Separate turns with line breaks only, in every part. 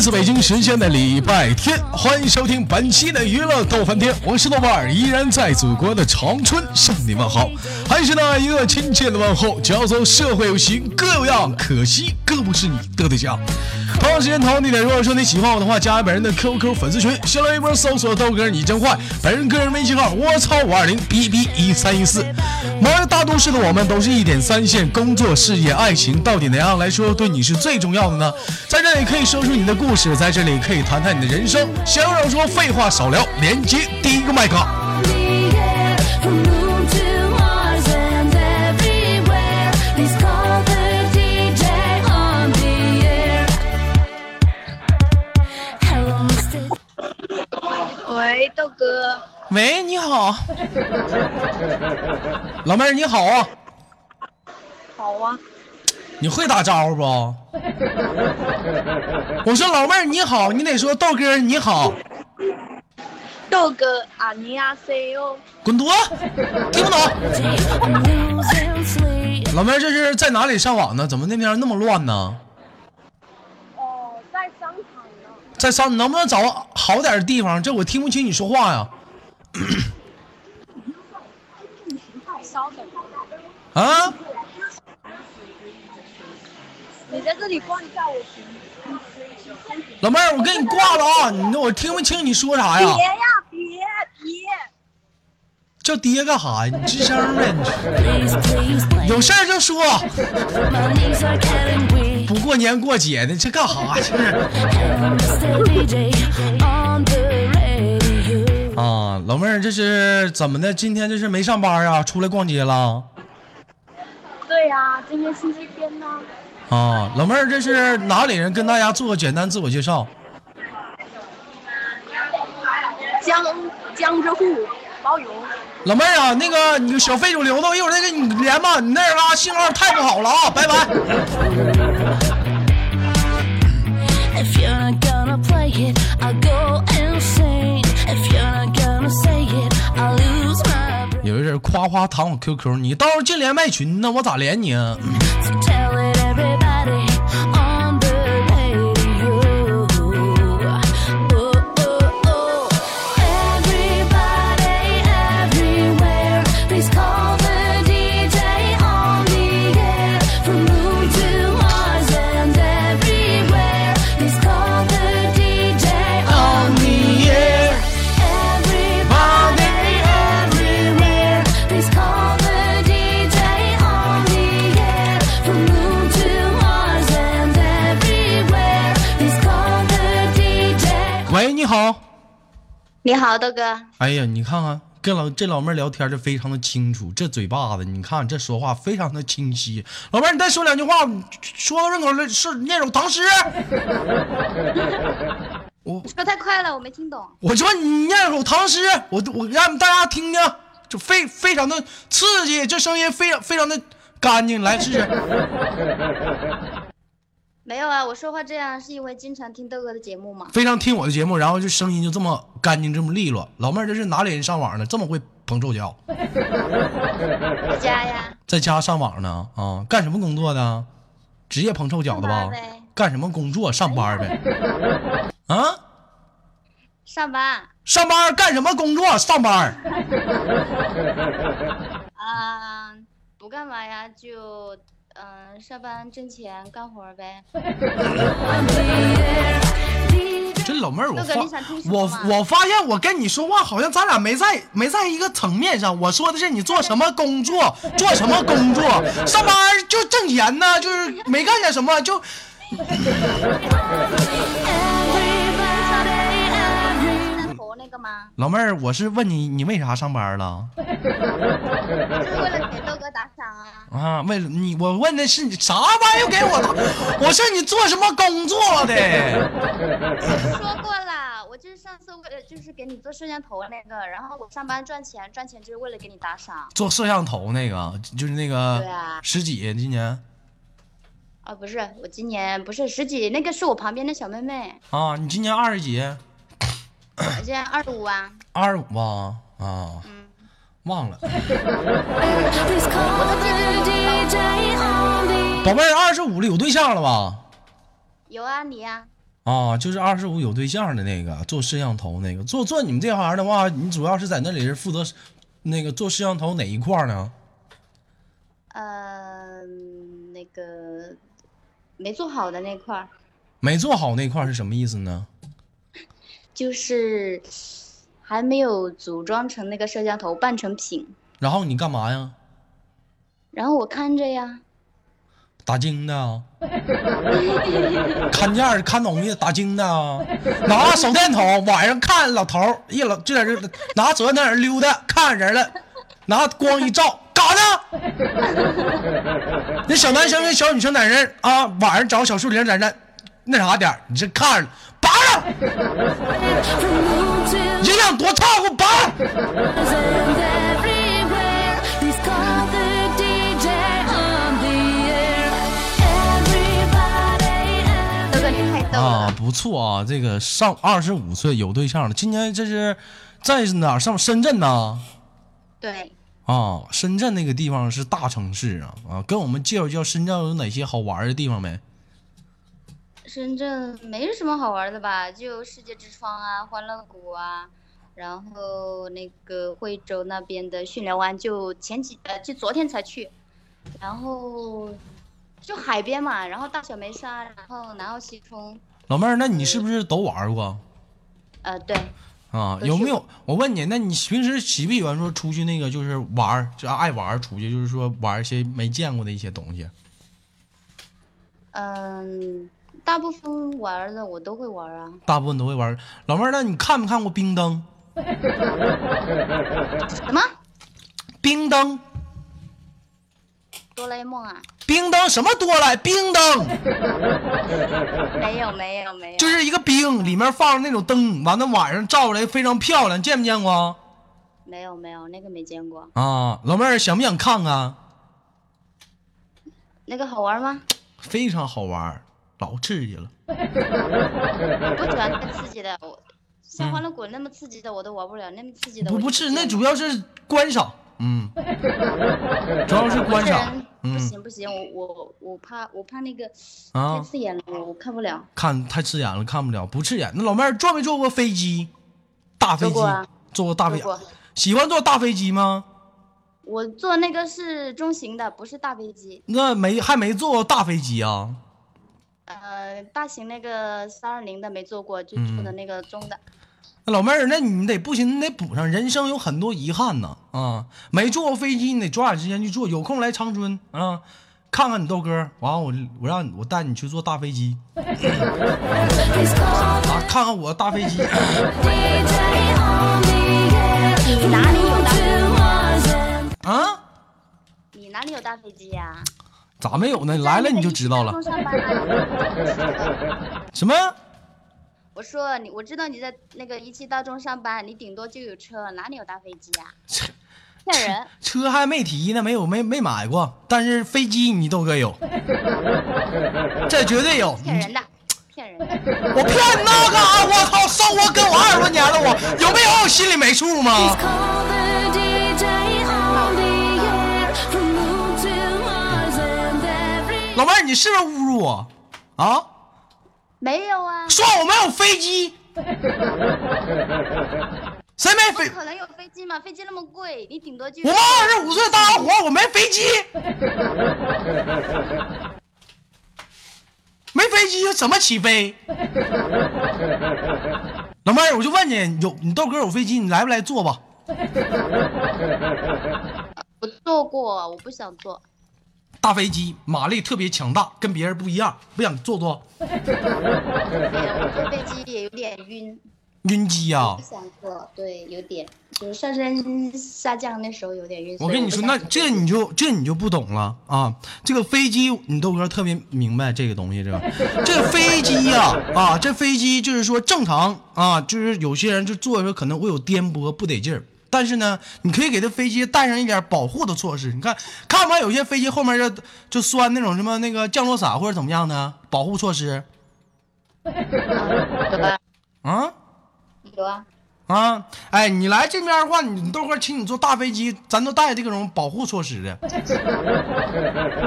自北京时间的礼拜天，欢迎收听本期的娱乐逗翻天，我是豆瓣儿，依然在祖国的长春向你问好，还是那一个亲切的问候。脚走社会有形各有样，可惜哥不是你的对象。同样时间同样地点，如果说你喜欢我的话，加本人的 QQ 粉丝群，新浪微博搜索豆哥你真坏，本人个人微信号我操五二零 b b 一三一四。忙着大都市的我们，都是一点三线，工作、事业、爱情，到底哪样来说对你是最重要的呢？在这里可以说出你的故事，在这里可以谈谈你的人生。闲话少说，废话少聊，连接第一个麦克。
喂，豆哥，
喂，你好，老妹儿你好啊，
好啊，
你会打招呼不？我说老妹儿你好，你得说豆哥你好，
豆哥，阿尼亚 C O，
滚犊子，听不懂。老妹儿这是在哪里上网呢？怎么那边那么乱呢？
哦，在商场呢。
在上能不能找好点的地方？这我听不清你说话呀！
稍等，
啊，
你在这里逛一下我行吗。
老妹儿，我给你挂了啊！你我听不清你说啥呀
别？呀，别别，
叫爹干啥呀？你吱声呗！你有事儿就说，不过年过节的这干啥去？啊，老妹儿，这是怎么的？今天这是没上班啊？出来逛街了？
对呀、今天星期天呢。
啊，老妹儿，这是哪里人？跟大家做个简单自我介绍。
江江浙沪包邮。
老妹儿啊，那个你小非主流的，我一会儿再给你连吧。你那儿拉信号太不好了啊，拜拜。
If you're not gonna play it, I'll go insane. If you're not gonna say it, I'll lose my brain.
有一人夸夸弹我 QQ，你到时候进连麦群呢，我咋连你啊？
嗯
So tell it everybody on the radio. Oh, oh, oh. Everybody, everywhere, please call the DJ on the air. From moon to Mars and everywhere, please call the DJ on the air. Everybody, everywhere, please call the DJ on the air. From moon to Mars and everywhere, please call the DJ.
喂，你好。
你好，豆哥。
哎呀，你看看跟老这老妹儿聊天就非常的清楚，这嘴巴子，你看这说话非常的清晰。老妹儿，你再说两句话，说到顺口溜是那首唐诗。我
说太快了，我没听懂。
我说你念首唐诗，我我让大家听听，就非非常的刺激，这声音非常非常的干净，来试试。
没有啊，我说话这样是因为经常听豆哥的节目 嘛。
非常听我的节目，然后就声音就这么干净，这么利落。老妹儿这是哪里人上网呢？这么会捧臭脚，
在家呀，
在家上网呢？啊，干什么工作的？职业捧臭脚的吧
上班呗？
干什么工作？上班呗？啊，
上班
上班干什么工作？上班。
啊、不干嘛呀，就嗯、上班挣钱干活儿呗。
这老妹儿，我
豆哥你想
发
听什么吗
我我发现我跟你说话好像咱俩没在没在一个层面上。我说的是你做什么工作，做什么工作？上班就挣钱呢，就是没干点什么，就
Everybody, everywhere.
干活那个吗？
老妹儿，我是问你，你为啥上班了？
就是为了给豆哥打赏啊。
啊，为了你，我问的是你啥玩意儿给我打？我说你做什么工作的？
说过了，我就是上次为了就是给你做摄像头那个，然后我上班赚钱，赚钱就是为了给你打赏
做摄像头那个，就是那
对
个
啊
十几，今年
啊、不是，我今年不是十几，那个是我旁边的小妹妹，
啊，你今年二十几？
我现在二十五啊，
二十五吧？啊，
嗯
忘了，
Please call the DJ on the
宝贝儿，二十五了，有对象了吧？
有啊你呀、
啊，就是二十五有对象的那个做摄像头那个，做做你们这行的话，你主要是在那里是负责那个做摄像头哪一块儿呢？
嗯，那个没做好的那块儿，
没做好那块儿是什么意思呢？
就是还没有组装成那个摄像头半成品。
然后你干嘛呀？
然后我看着呀，
打精的啊，看件儿看东西打精的啊，拿手电筒晚上看老头儿一老就在这拿手电筒在那溜达看人了，拿光一照干啥呢？那小男生跟小女生在那儿啊，晚上找小树林在那那啥点儿你这看着拔了，
From moon to
音量多差给我拔了，
present everywhere. Please call the DJ on the air. Everybody,
哥哥你太逗了。
啊，不错啊，这个上二十五岁有对象了，今年这是在哪儿上深圳呢？
对，
啊，深圳那个地方是大城市啊啊，跟我们介绍介绍深圳有哪些好玩的地方没？
深圳没什么好玩的吧？就世界之窗啊、欢乐谷啊，然后那个惠州那边的巽寮湾，就前几呃，就昨天才去，然后就海边嘛，然后大小梅沙，然后南澳西冲，
老妹儿，那你是不是都玩过
呃，对，
啊？
都去
有没有？我问你，那你平时喜不喜欢说出去那个就是玩儿，就爱玩儿出去，就是说玩一些没见过的一些东西
嗯，大部分玩儿的我都会玩儿啊，
大部分都会玩儿。老妹儿，那你看没看过冰灯？
什么？
冰灯，
哆啦 A 梦啊？
冰灯什么多了？冰 灯
没有没有没有，
就是一个冰，里面放着那种灯，完了晚上照出来非常漂亮，见没见过？
没有没有，那个没见过，
啊，老妹儿想不想看啊看？
那个好玩吗？
非常好玩儿，老刺激了。
我不喜欢太刺激的，我像欢乐谷那么刺激的我都玩不了，那么刺激的
不
我
不，
就是
那主
不
要是观赏， 嗯，主要是观
是
赏
人，不
嗯
行不行，我我我怕我怕那个太
啊，
刺眼了，我我看不了。
看太刺眼了，看不了，不刺眼。那老妹儿坐没坐过飞机？大飞
坐
机
过啊，
坐过大飞
坐过，
喜欢坐大飞机吗？
我坐那个是中型的，不是大飞机，
那没还没坐过大飞机啊？
呃，大型那个三二零的没坐过，就坐
嗯
的那个中的。
那老妹儿，那你得不行，你得补上。人生有很多遗憾呢，啊，没坐过飞机，你得抓紧时间去坐。有空来长春啊，看看你豆哥，完了我我让你我带你去坐大飞机
please call
啊，看看我的大飞机。
DJ on the air. From moon to Mars and
啊，
你哪里有大飞机呀、
咋没有呢？来了你就知道
在
了
那。个一分钟上班啊
什么？
我说你，我知道你在那个一汽大众上班，你顶多就有车，哪里有大飞机呀、吓人！
车还没提呢，没有没没买过，但是飞机你豆哥有，这绝对有。
骗人的，骗人的。
我骗你那干啥？我操，生活跟我二十多年了，我有没有我心里没数
please
吗？
call the DJ on the air. From moon to Mars and every.
老妹儿，你是不是侮辱我？啊，
没有啊，
说我没有飞机，谁没飞？
可能有飞机吗？飞机那么贵，你顶多就
我们二十五岁大家伙，我没飞机，没飞机怎么起飞？老妹儿，我就问你，有你豆哥有飞机，你来不来坐吧？
我坐过，我不想坐。
大飞机马力特别强大，跟别人不一样，不想坐坐
对我坐飞机也有点晕，
晕机啊呀、
不想坐。对，有点就是上升下降那时候有点晕。
我
所以
跟你说，
不
那
想
这你就这你就不懂了啊！这个飞机，你豆哥特别明白这个东西，这个这个飞机呀啊这飞机就是说正常啊，就是有些人就坐的时候可能会有颠簸，不得劲儿。但是呢，你可以给这飞机带上一点保护的措施。你看，看完有些飞机后面就就拴那种什么那个降落伞或者怎么样的保护措 施
有吧？
啊
有啊，
啊！哎，你来这边的话，你豆哥请你坐大飞机，咱都带这种保护措施的。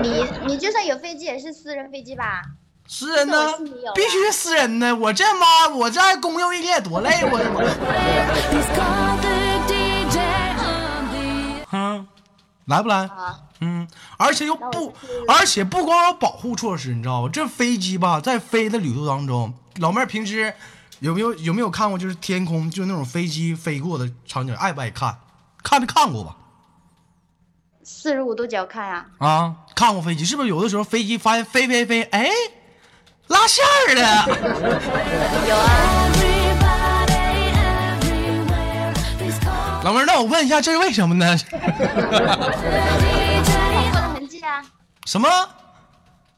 你你就算有飞机也是私人飞机吧？
私人呢
这我心里有啊，
必须是私人的。我这妈，我这爱公用一天多累， 我我
Please call the DJ on the
嗯，来不来？
啊，
嗯，而且又不，而且不光有保护措施，你知道吧？这飞机吧，在飞的旅途当中，老妹儿平时有没有有没有看过，就是天空，就是那种飞机飞过的场景，爱不爱看？看没看过吧？
四十五度角看呀、
啊，看过飞机是不是？有的时候飞机发现飞飞飞，哎，拉线儿了。
everybody everywhere. Please call
老妹儿，那我问一下，这是为什么呢？
跑
DJ
过的痕迹啊，
什么？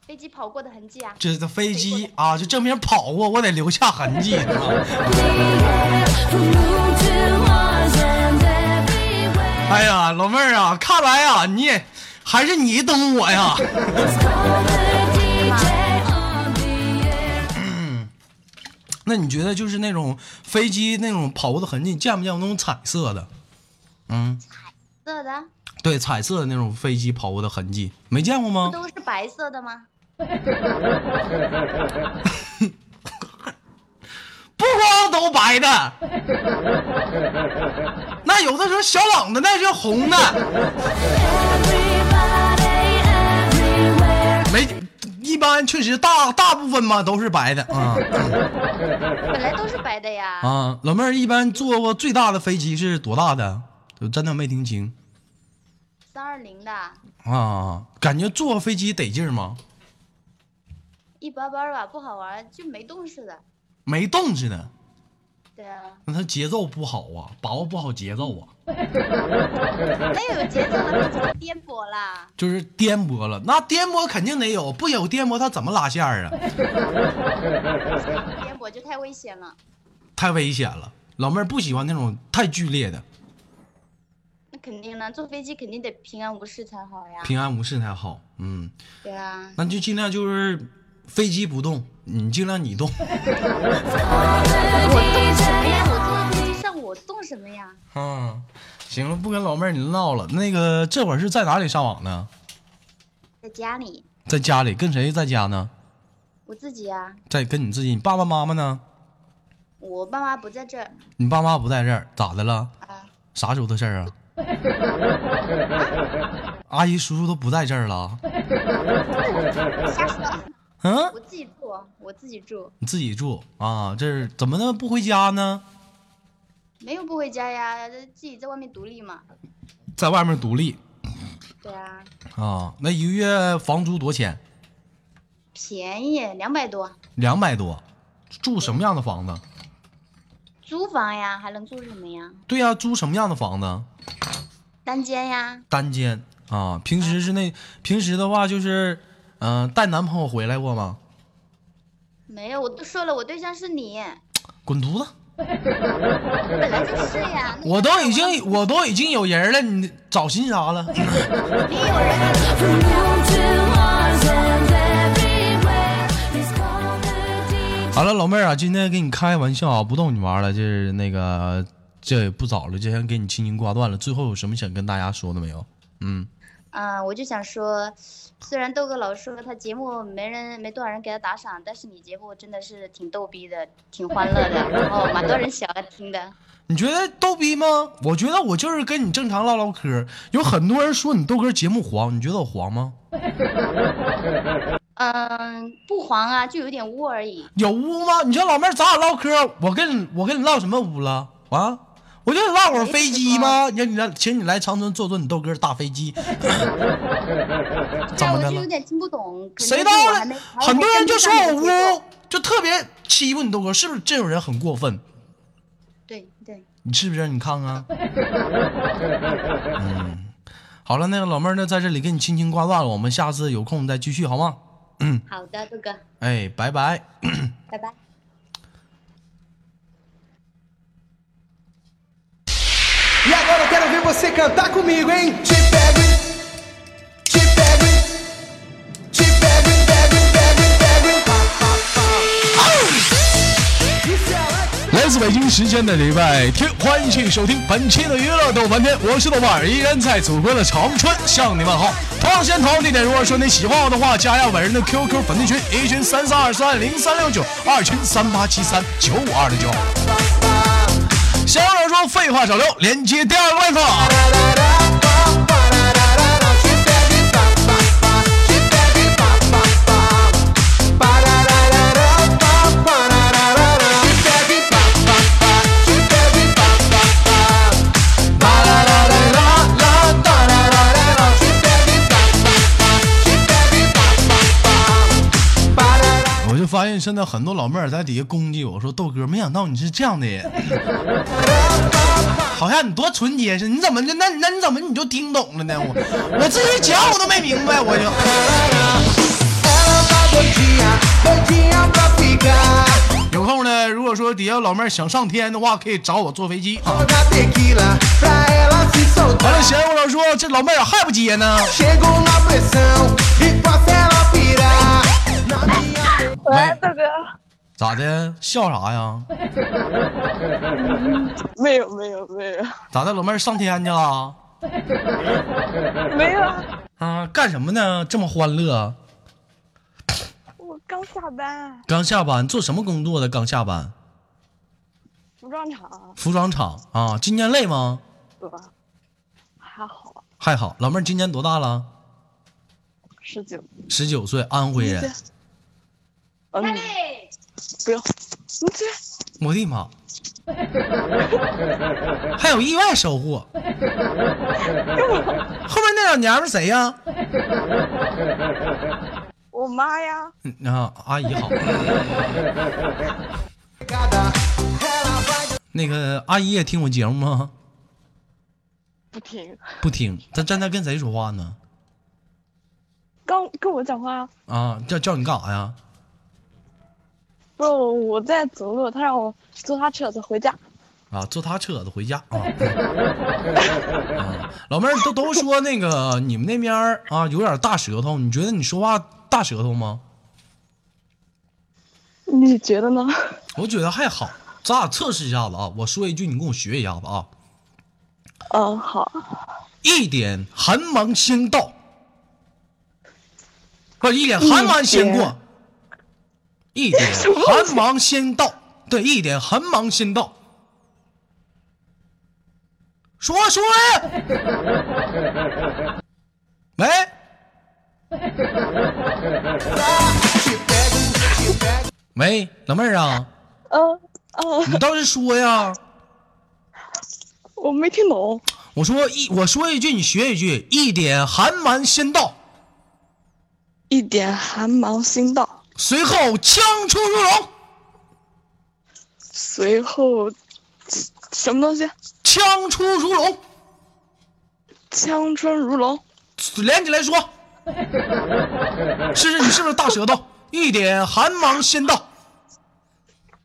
飞机跑过的痕迹啊，
这这飞机啊，就证明跑过，我得留下痕迹。你知道吗
from moon to Mars and everywhere.
哎呀，老妹儿啊，看来啊，你也还是你懂我呀。
Please call the DJ on the air.
那你觉得就是那种飞机那种跑过的痕迹，见不见过那种彩色的？嗯
色的啊
对，彩色的那种飞机跑过的痕迹，没见过吗？
都是白色的吗？
不光都白的，那有的时候小冷的那是红的，
Everybody everywhere.
没一般确实大大部分嘛都是白的啊
本来都是白的呀。
啊！老妹儿一般坐过最大的飞机是多大的？我真的没听清
三二零的，
啊，感觉坐飞机得劲儿吗？
一般般吧，不好玩，就没动似的。
没动似的，
对啊，
那它节奏不好啊，把握不好节奏啊。哎
那有节奏的飞机颠簸啦，
就是颠簸了，那颠簸肯定得有，不有颠簸它怎么拉线儿啊？
颠簸就太危险了。
太危险了，老妹儿不喜欢那种太剧烈的，
那肯定呢，坐飞机肯定得平安无事才好呀。
平安无事才好。嗯，
对啊，
那就尽量就是飞机不动，你尽量你 动
我动什么哎呀？我坐飞机上我动什么呀？
啊。行了，不跟老妹儿你唠了。那个这会儿是在哪里上网呢？
在家里，
在家里跟谁在家呢？
我自己呀、
在跟你自己，你爸爸妈妈呢？
我爸妈不在这儿
你爸妈不在这儿，咋的了？
啊，
啥时候的事儿啊？阿姨叔叔都不在这儿了，
瞎说，
嗯、
我自己住，我自己住，
你自己住啊？这是怎么的不回家呢？
没有不回家呀，自己在外面独立嘛。
在外面独立
对啊，
啊？那一个月房租多少钱？
便宜两百多，
两百多。住什么样的房子？
租房呀，还能租什么呀？
对呀、租什么样的房子？
单间呀，
单间啊？平时是那平时的话就是，嗯、带男朋友回来过吗？
没有，我都说了，我对象是你，
滚犊子！
本来就是呀。那
我都已经我都已经有人了，你找寻啥了？
From moon to Mars and everywhere. Please call the DJ.
好了，老妹儿啊，今天跟你开玩笑啊，不逗你玩儿了，就是那个这也不早了，就先给你轻轻挂断了。最后有什么想跟大家说的没有？嗯。
嗯、我就想说，虽然豆哥老说他节目没人没多少人给他打赏，但是你节目真的是挺逗逼的，挺欢乐的，然后蛮多人想要听的。
你觉得逗逼吗？我觉得我就是跟你正常唠唠嗑。有很多人说你豆哥节目黄，你觉得我黄吗？
嗯，不黄啊，就有点污而已。
有污吗？你说老妹儿，咱俩唠嗑，我跟你我跟你唠什么污了啊？我就唠会儿飞机吗？你让你来，请你来长春坐坐你豆哥大飞机， 怎
对，
么
我
的
就有
了？
点听不懂。可能
谁
是
到
我
了
还没？
很多人就说我。
还没跟上你节
污
奏，
就特别欺负你豆哥，是不是？这种人很过分，
对对，
你是不是？你看看。嗯，好了，那个老妹儿呢，在这里给你轻轻挂断了，我们下次有空再继续好吗？
好的，豆哥，
哎，拜拜。
拜拜。
E agora eu quero ver você cantar comigo, hein? Te pego, te pego, te pego, pego, pego, pego. Isso é ótimo.
来自北京时间的礼拜天，欢迎继续收听本期的娱乐逗翻天，我是豆瓣儿，依然在祖国的长春向你问好。同同样时间同样地点，如果说你喜欢我的话，加一下本人的 QQ 粉丝群，一群三三二三零三六九，二群三八七三九五二零九。小老说废话少聊，连接第二个麦克。我就发现现在很多老妹儿在底下攻击我说豆哥，没想到你是这样的人，好像你多纯洁似的，你怎么就那那你怎么你就听懂了呢？我我自己讲我都没明白，我就。
tá
有空呢，如果说底下老妹儿想上天的话，可以找我坐飞机。完了，闲话少说，这老妹儿还不接呢？
Chegou na pressão e com a fera pirar. Na minha
喂，豆哥，
咋的？笑啥呀？
没有没有没有
咋的？老妹儿上天去了？
没有，
啊，干什么呢？这么欢乐？
我刚下班，啊
刚下班做什么工作的？刚下班，
服装厂，
服装厂啊。今年累吗？
对吧？呃还好，啊
还好，老妹儿今年多大了？
十九，
十九岁，安徽人。
嗯，不用， 你这
我的妈！还有意外收 获。后面那老娘们儿谁呀、
我妈呀，
嗯啊，阿姨好。那个阿姨也听我节目吗？
不听，
不听，她站那跟谁说话呢？
刚跟我讲话，
啊，叫叫你干啥呀？
不是我我在走路，她让我坐她车子回家，
啊，坐他车子回家啊。啊老妹儿都都说那个你们那边儿啊有点大舌头，你觉得你说话大舌头吗？
你觉得呢？
我觉得还好，咱俩测试一下子啊。我说一句，你跟我学一下子啊。
嗯，好，
一点寒芒先到，不是一点寒芒先过，一点寒芒先到，对，一点寒芒先到。说说 呀，喂，喂，老妹儿啊，
嗯嗯，
你倒是说呀。
我没听懂，
我说一，我说一句，你学一句，一点寒芒先到，
一点寒芒心到，
随后枪出如龙，
随后什么东西？
枪出如龙，
枪春如龙，
连起来说， 试试你是不是大舌头？一点寒芒先到，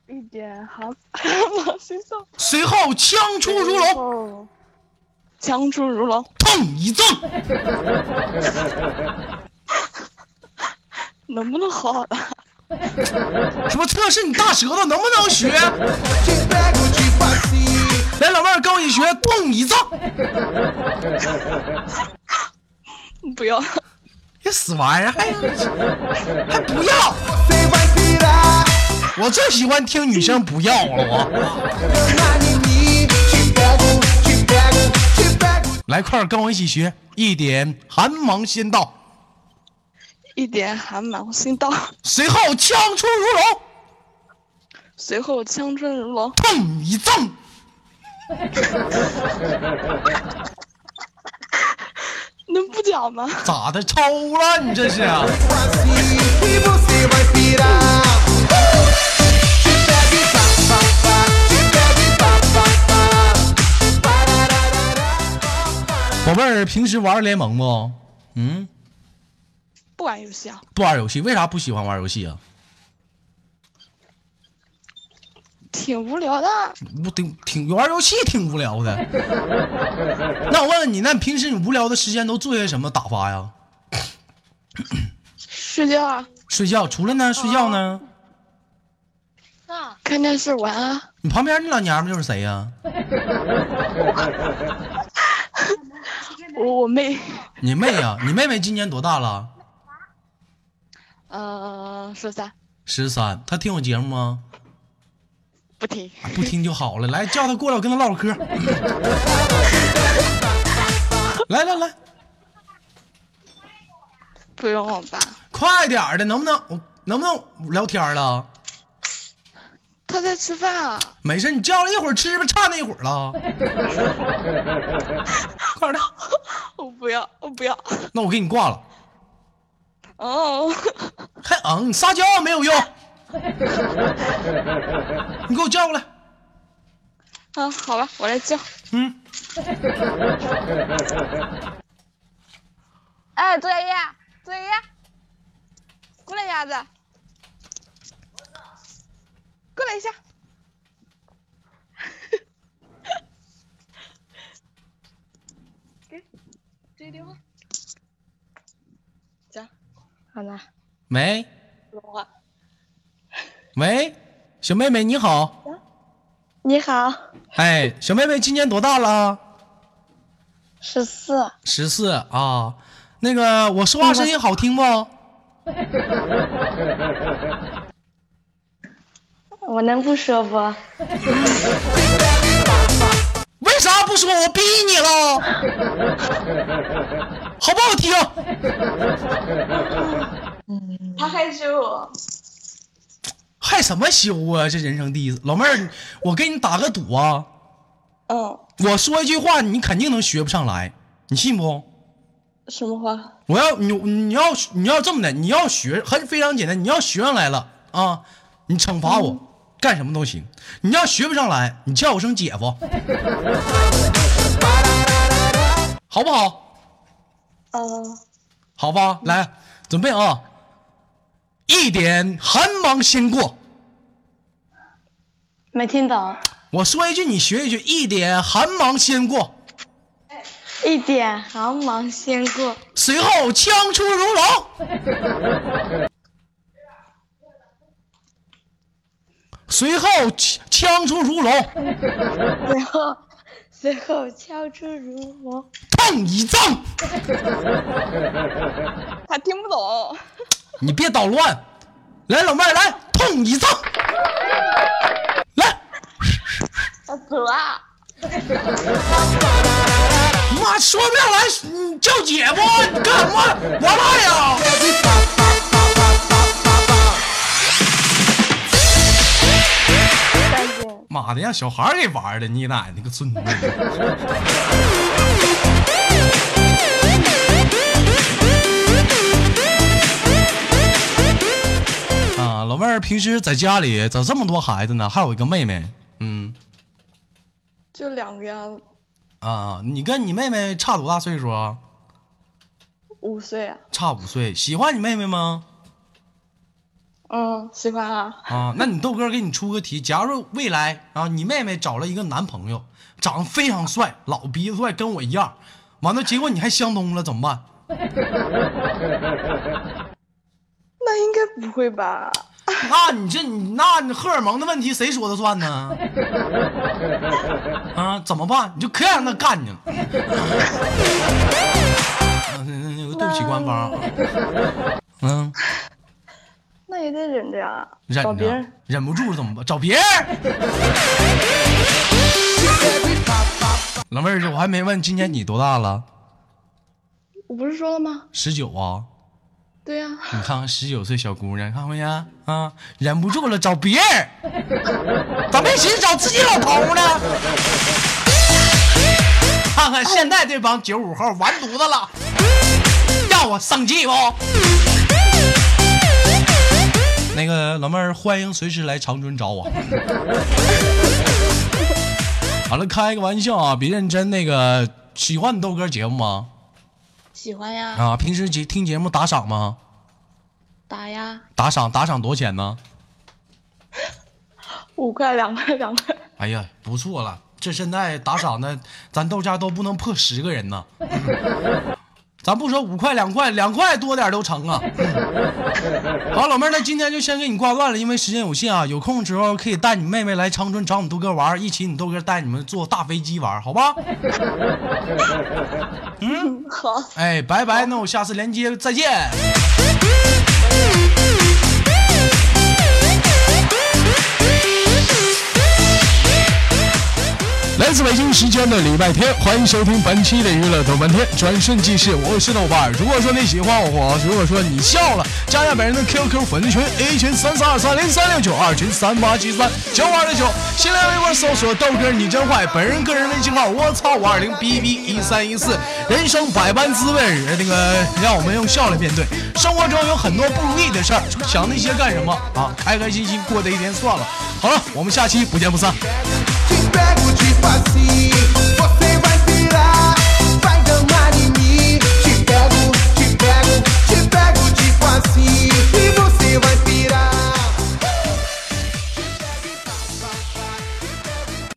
一点 寒寒芒心到。
随后枪出如龙，
龙，枪出如龙，
痛一赠。
能不能好啊好的？
什么测试你大舌头能不能学？
Te tipo assim, pego de passinho.
来，老妹儿跟我一起学，痛一赠。
不要，
这死玩意儿还还不要，
Você vai pirar.
我最喜欢听女生不要了我。
Grana em mim. Te pego, te pego, te pego.
来，快点跟我一起学，一点寒芒先到。
一点寒芒心到，
随后枪出如龙，
随后枪春如龙，
砰一赠。
能不讲吗？
咋的，抽了 你这是？啊
Assim. E você vai pirar. Te pego e pá, pá, pá. Te pego e pá, pá, pá. Parararará.
宝贝儿，平时玩联盟不？嗯，
不玩游戏啊，
不玩游戏，为啥不喜欢玩游戏啊？
挺无聊的。啊
我挺挺玩游戏挺无聊 的。那我问问你，那平时你无聊的时间都做些什么打发呀？
睡觉啊，
睡觉，除了呢睡觉呢？
看电视玩啊，
你旁边那老娘们就是谁呀、
我我妹，
你妹 呀、你妹妹今年多大了？
呃，十三
十三。她听我节目吗？
不听，
不听就好了。来，叫她过来，我跟她唠会儿嗑。 来来来，
不用我爸，
快点儿的，能不能我能不能聊天了？
他在吃饭啊，
没事，你叫了一会儿吃吧，差那一会儿了。快点儿的，
我不要，我不要，
那我给你挂了。
哦，
还嗯，撒娇没有用。你给我叫过来。
啊，好吧，我来叫，
嗯，
哎，作业，作业，过来鸭子，过来一下，给，接电话，讲，好了，
喂
说话，
喂，小妹妹你好，
你好，
哎，小妹妹今年多大了？
十四，
十四啊。那个我说话声音好听不？
我能不说不？
为啥不说？我逼你了，好不好听？
他害羞我，
害什么羞啊？这人生第一次，老妹儿，我跟你打个赌啊，
嗯，
我说一句话，你肯定能学不上来，你信不？
什么话？
我要你你要你要这么的，你要学很非常简单，你要学上来了啊，你惩罚我、干什么都行。你要学不上来，你叫我声姐夫，好不好？
嗯，
好吧，来准备啊，一点寒芒先过。
没听懂，
我说一句，你学一句，一点寒芒先过，
一点寒芒先过，
随后枪出如龙，随后枪枪出如龙。
随后 随后敲出如龙。
碰一脏，
他听不懂，
你别捣乱。来，老妹儿，来碰一脏，来，
他走啊！
妈说不上来，你叫姐夫，你干什么玩赖呀？
再见。
妈的，让小孩儿给玩的，你奶奶个孙子！啊，老妹儿平时在家里咋这么多孩子呢？还有一个妹妹，嗯
就两个呀，
啊，你跟你妹妹差多大岁数啊？
五岁啊。
差五岁，喜欢你妹妹吗？
嗯，喜欢啊。
啊，那你豆哥给你出个题，假如未来啊，你妹妹找了一个男朋友，长得非常帅，老鼻子帅，跟我一样，完了结果你还相中了，怎么办？
那应该不会吧？
那你这你那你荷尔蒙的问题谁说的算呢？啊，怎么办？你就可让他干你了。 嗯、对不起官方啊，嗯，
那也得忍着呀、
忍
啊找别
着
人，
忍不住怎么办？找别人。老妹儿，我还没问今年你多大了？
我不是说了吗？
十九啊？
对呀、
你看看十九岁小姑娘，看没看啊？忍不住了，找别 人，咋没寻思找自己老头呢？看看现在这帮九五后完犊子了，让我生气不？那个老妹儿，欢迎随时来长春找我。好了，开个玩笑啊，别认真。那个喜欢你豆哥节目吗？
喜欢呀、
啊，平时节听节目打赏吗？
打呀，
打赏打赏多少钱呢？
五块、两块、两块。
哎呀，不错了，这现在打赏的，咱豆家都不能破十个人呢。
咱不说五块两块，两块多点儿都成啊。好，老妹儿，那今天就先给你挂断了，因为时间有限啊。有空的时候可以带你妹妹来长春找我们豆哥玩儿，一起你豆哥带你们坐大飞机玩儿，好吧？
好，
哎，拜拜，那我下次连接再见。
来自北京时间的礼拜天，欢迎收听本期的娱乐豆瓣天，转瞬即逝。我是豆瓣儿。如果说你喜欢我，如果说你笑了，加下本人的 QQ 粉丝群：A 群三三二三零三六九，二群三八七三九二六九。新浪微博搜索豆哥你真坏，本人个人微信号我操五二零 bb 一三一四。人生百般滋味，那个让我们用笑来面对。生活中有很多不如意的事儿，想那些干什么啊？开开心心过这一天算了。好了，我们下期不见不散。
Te pego de passinho.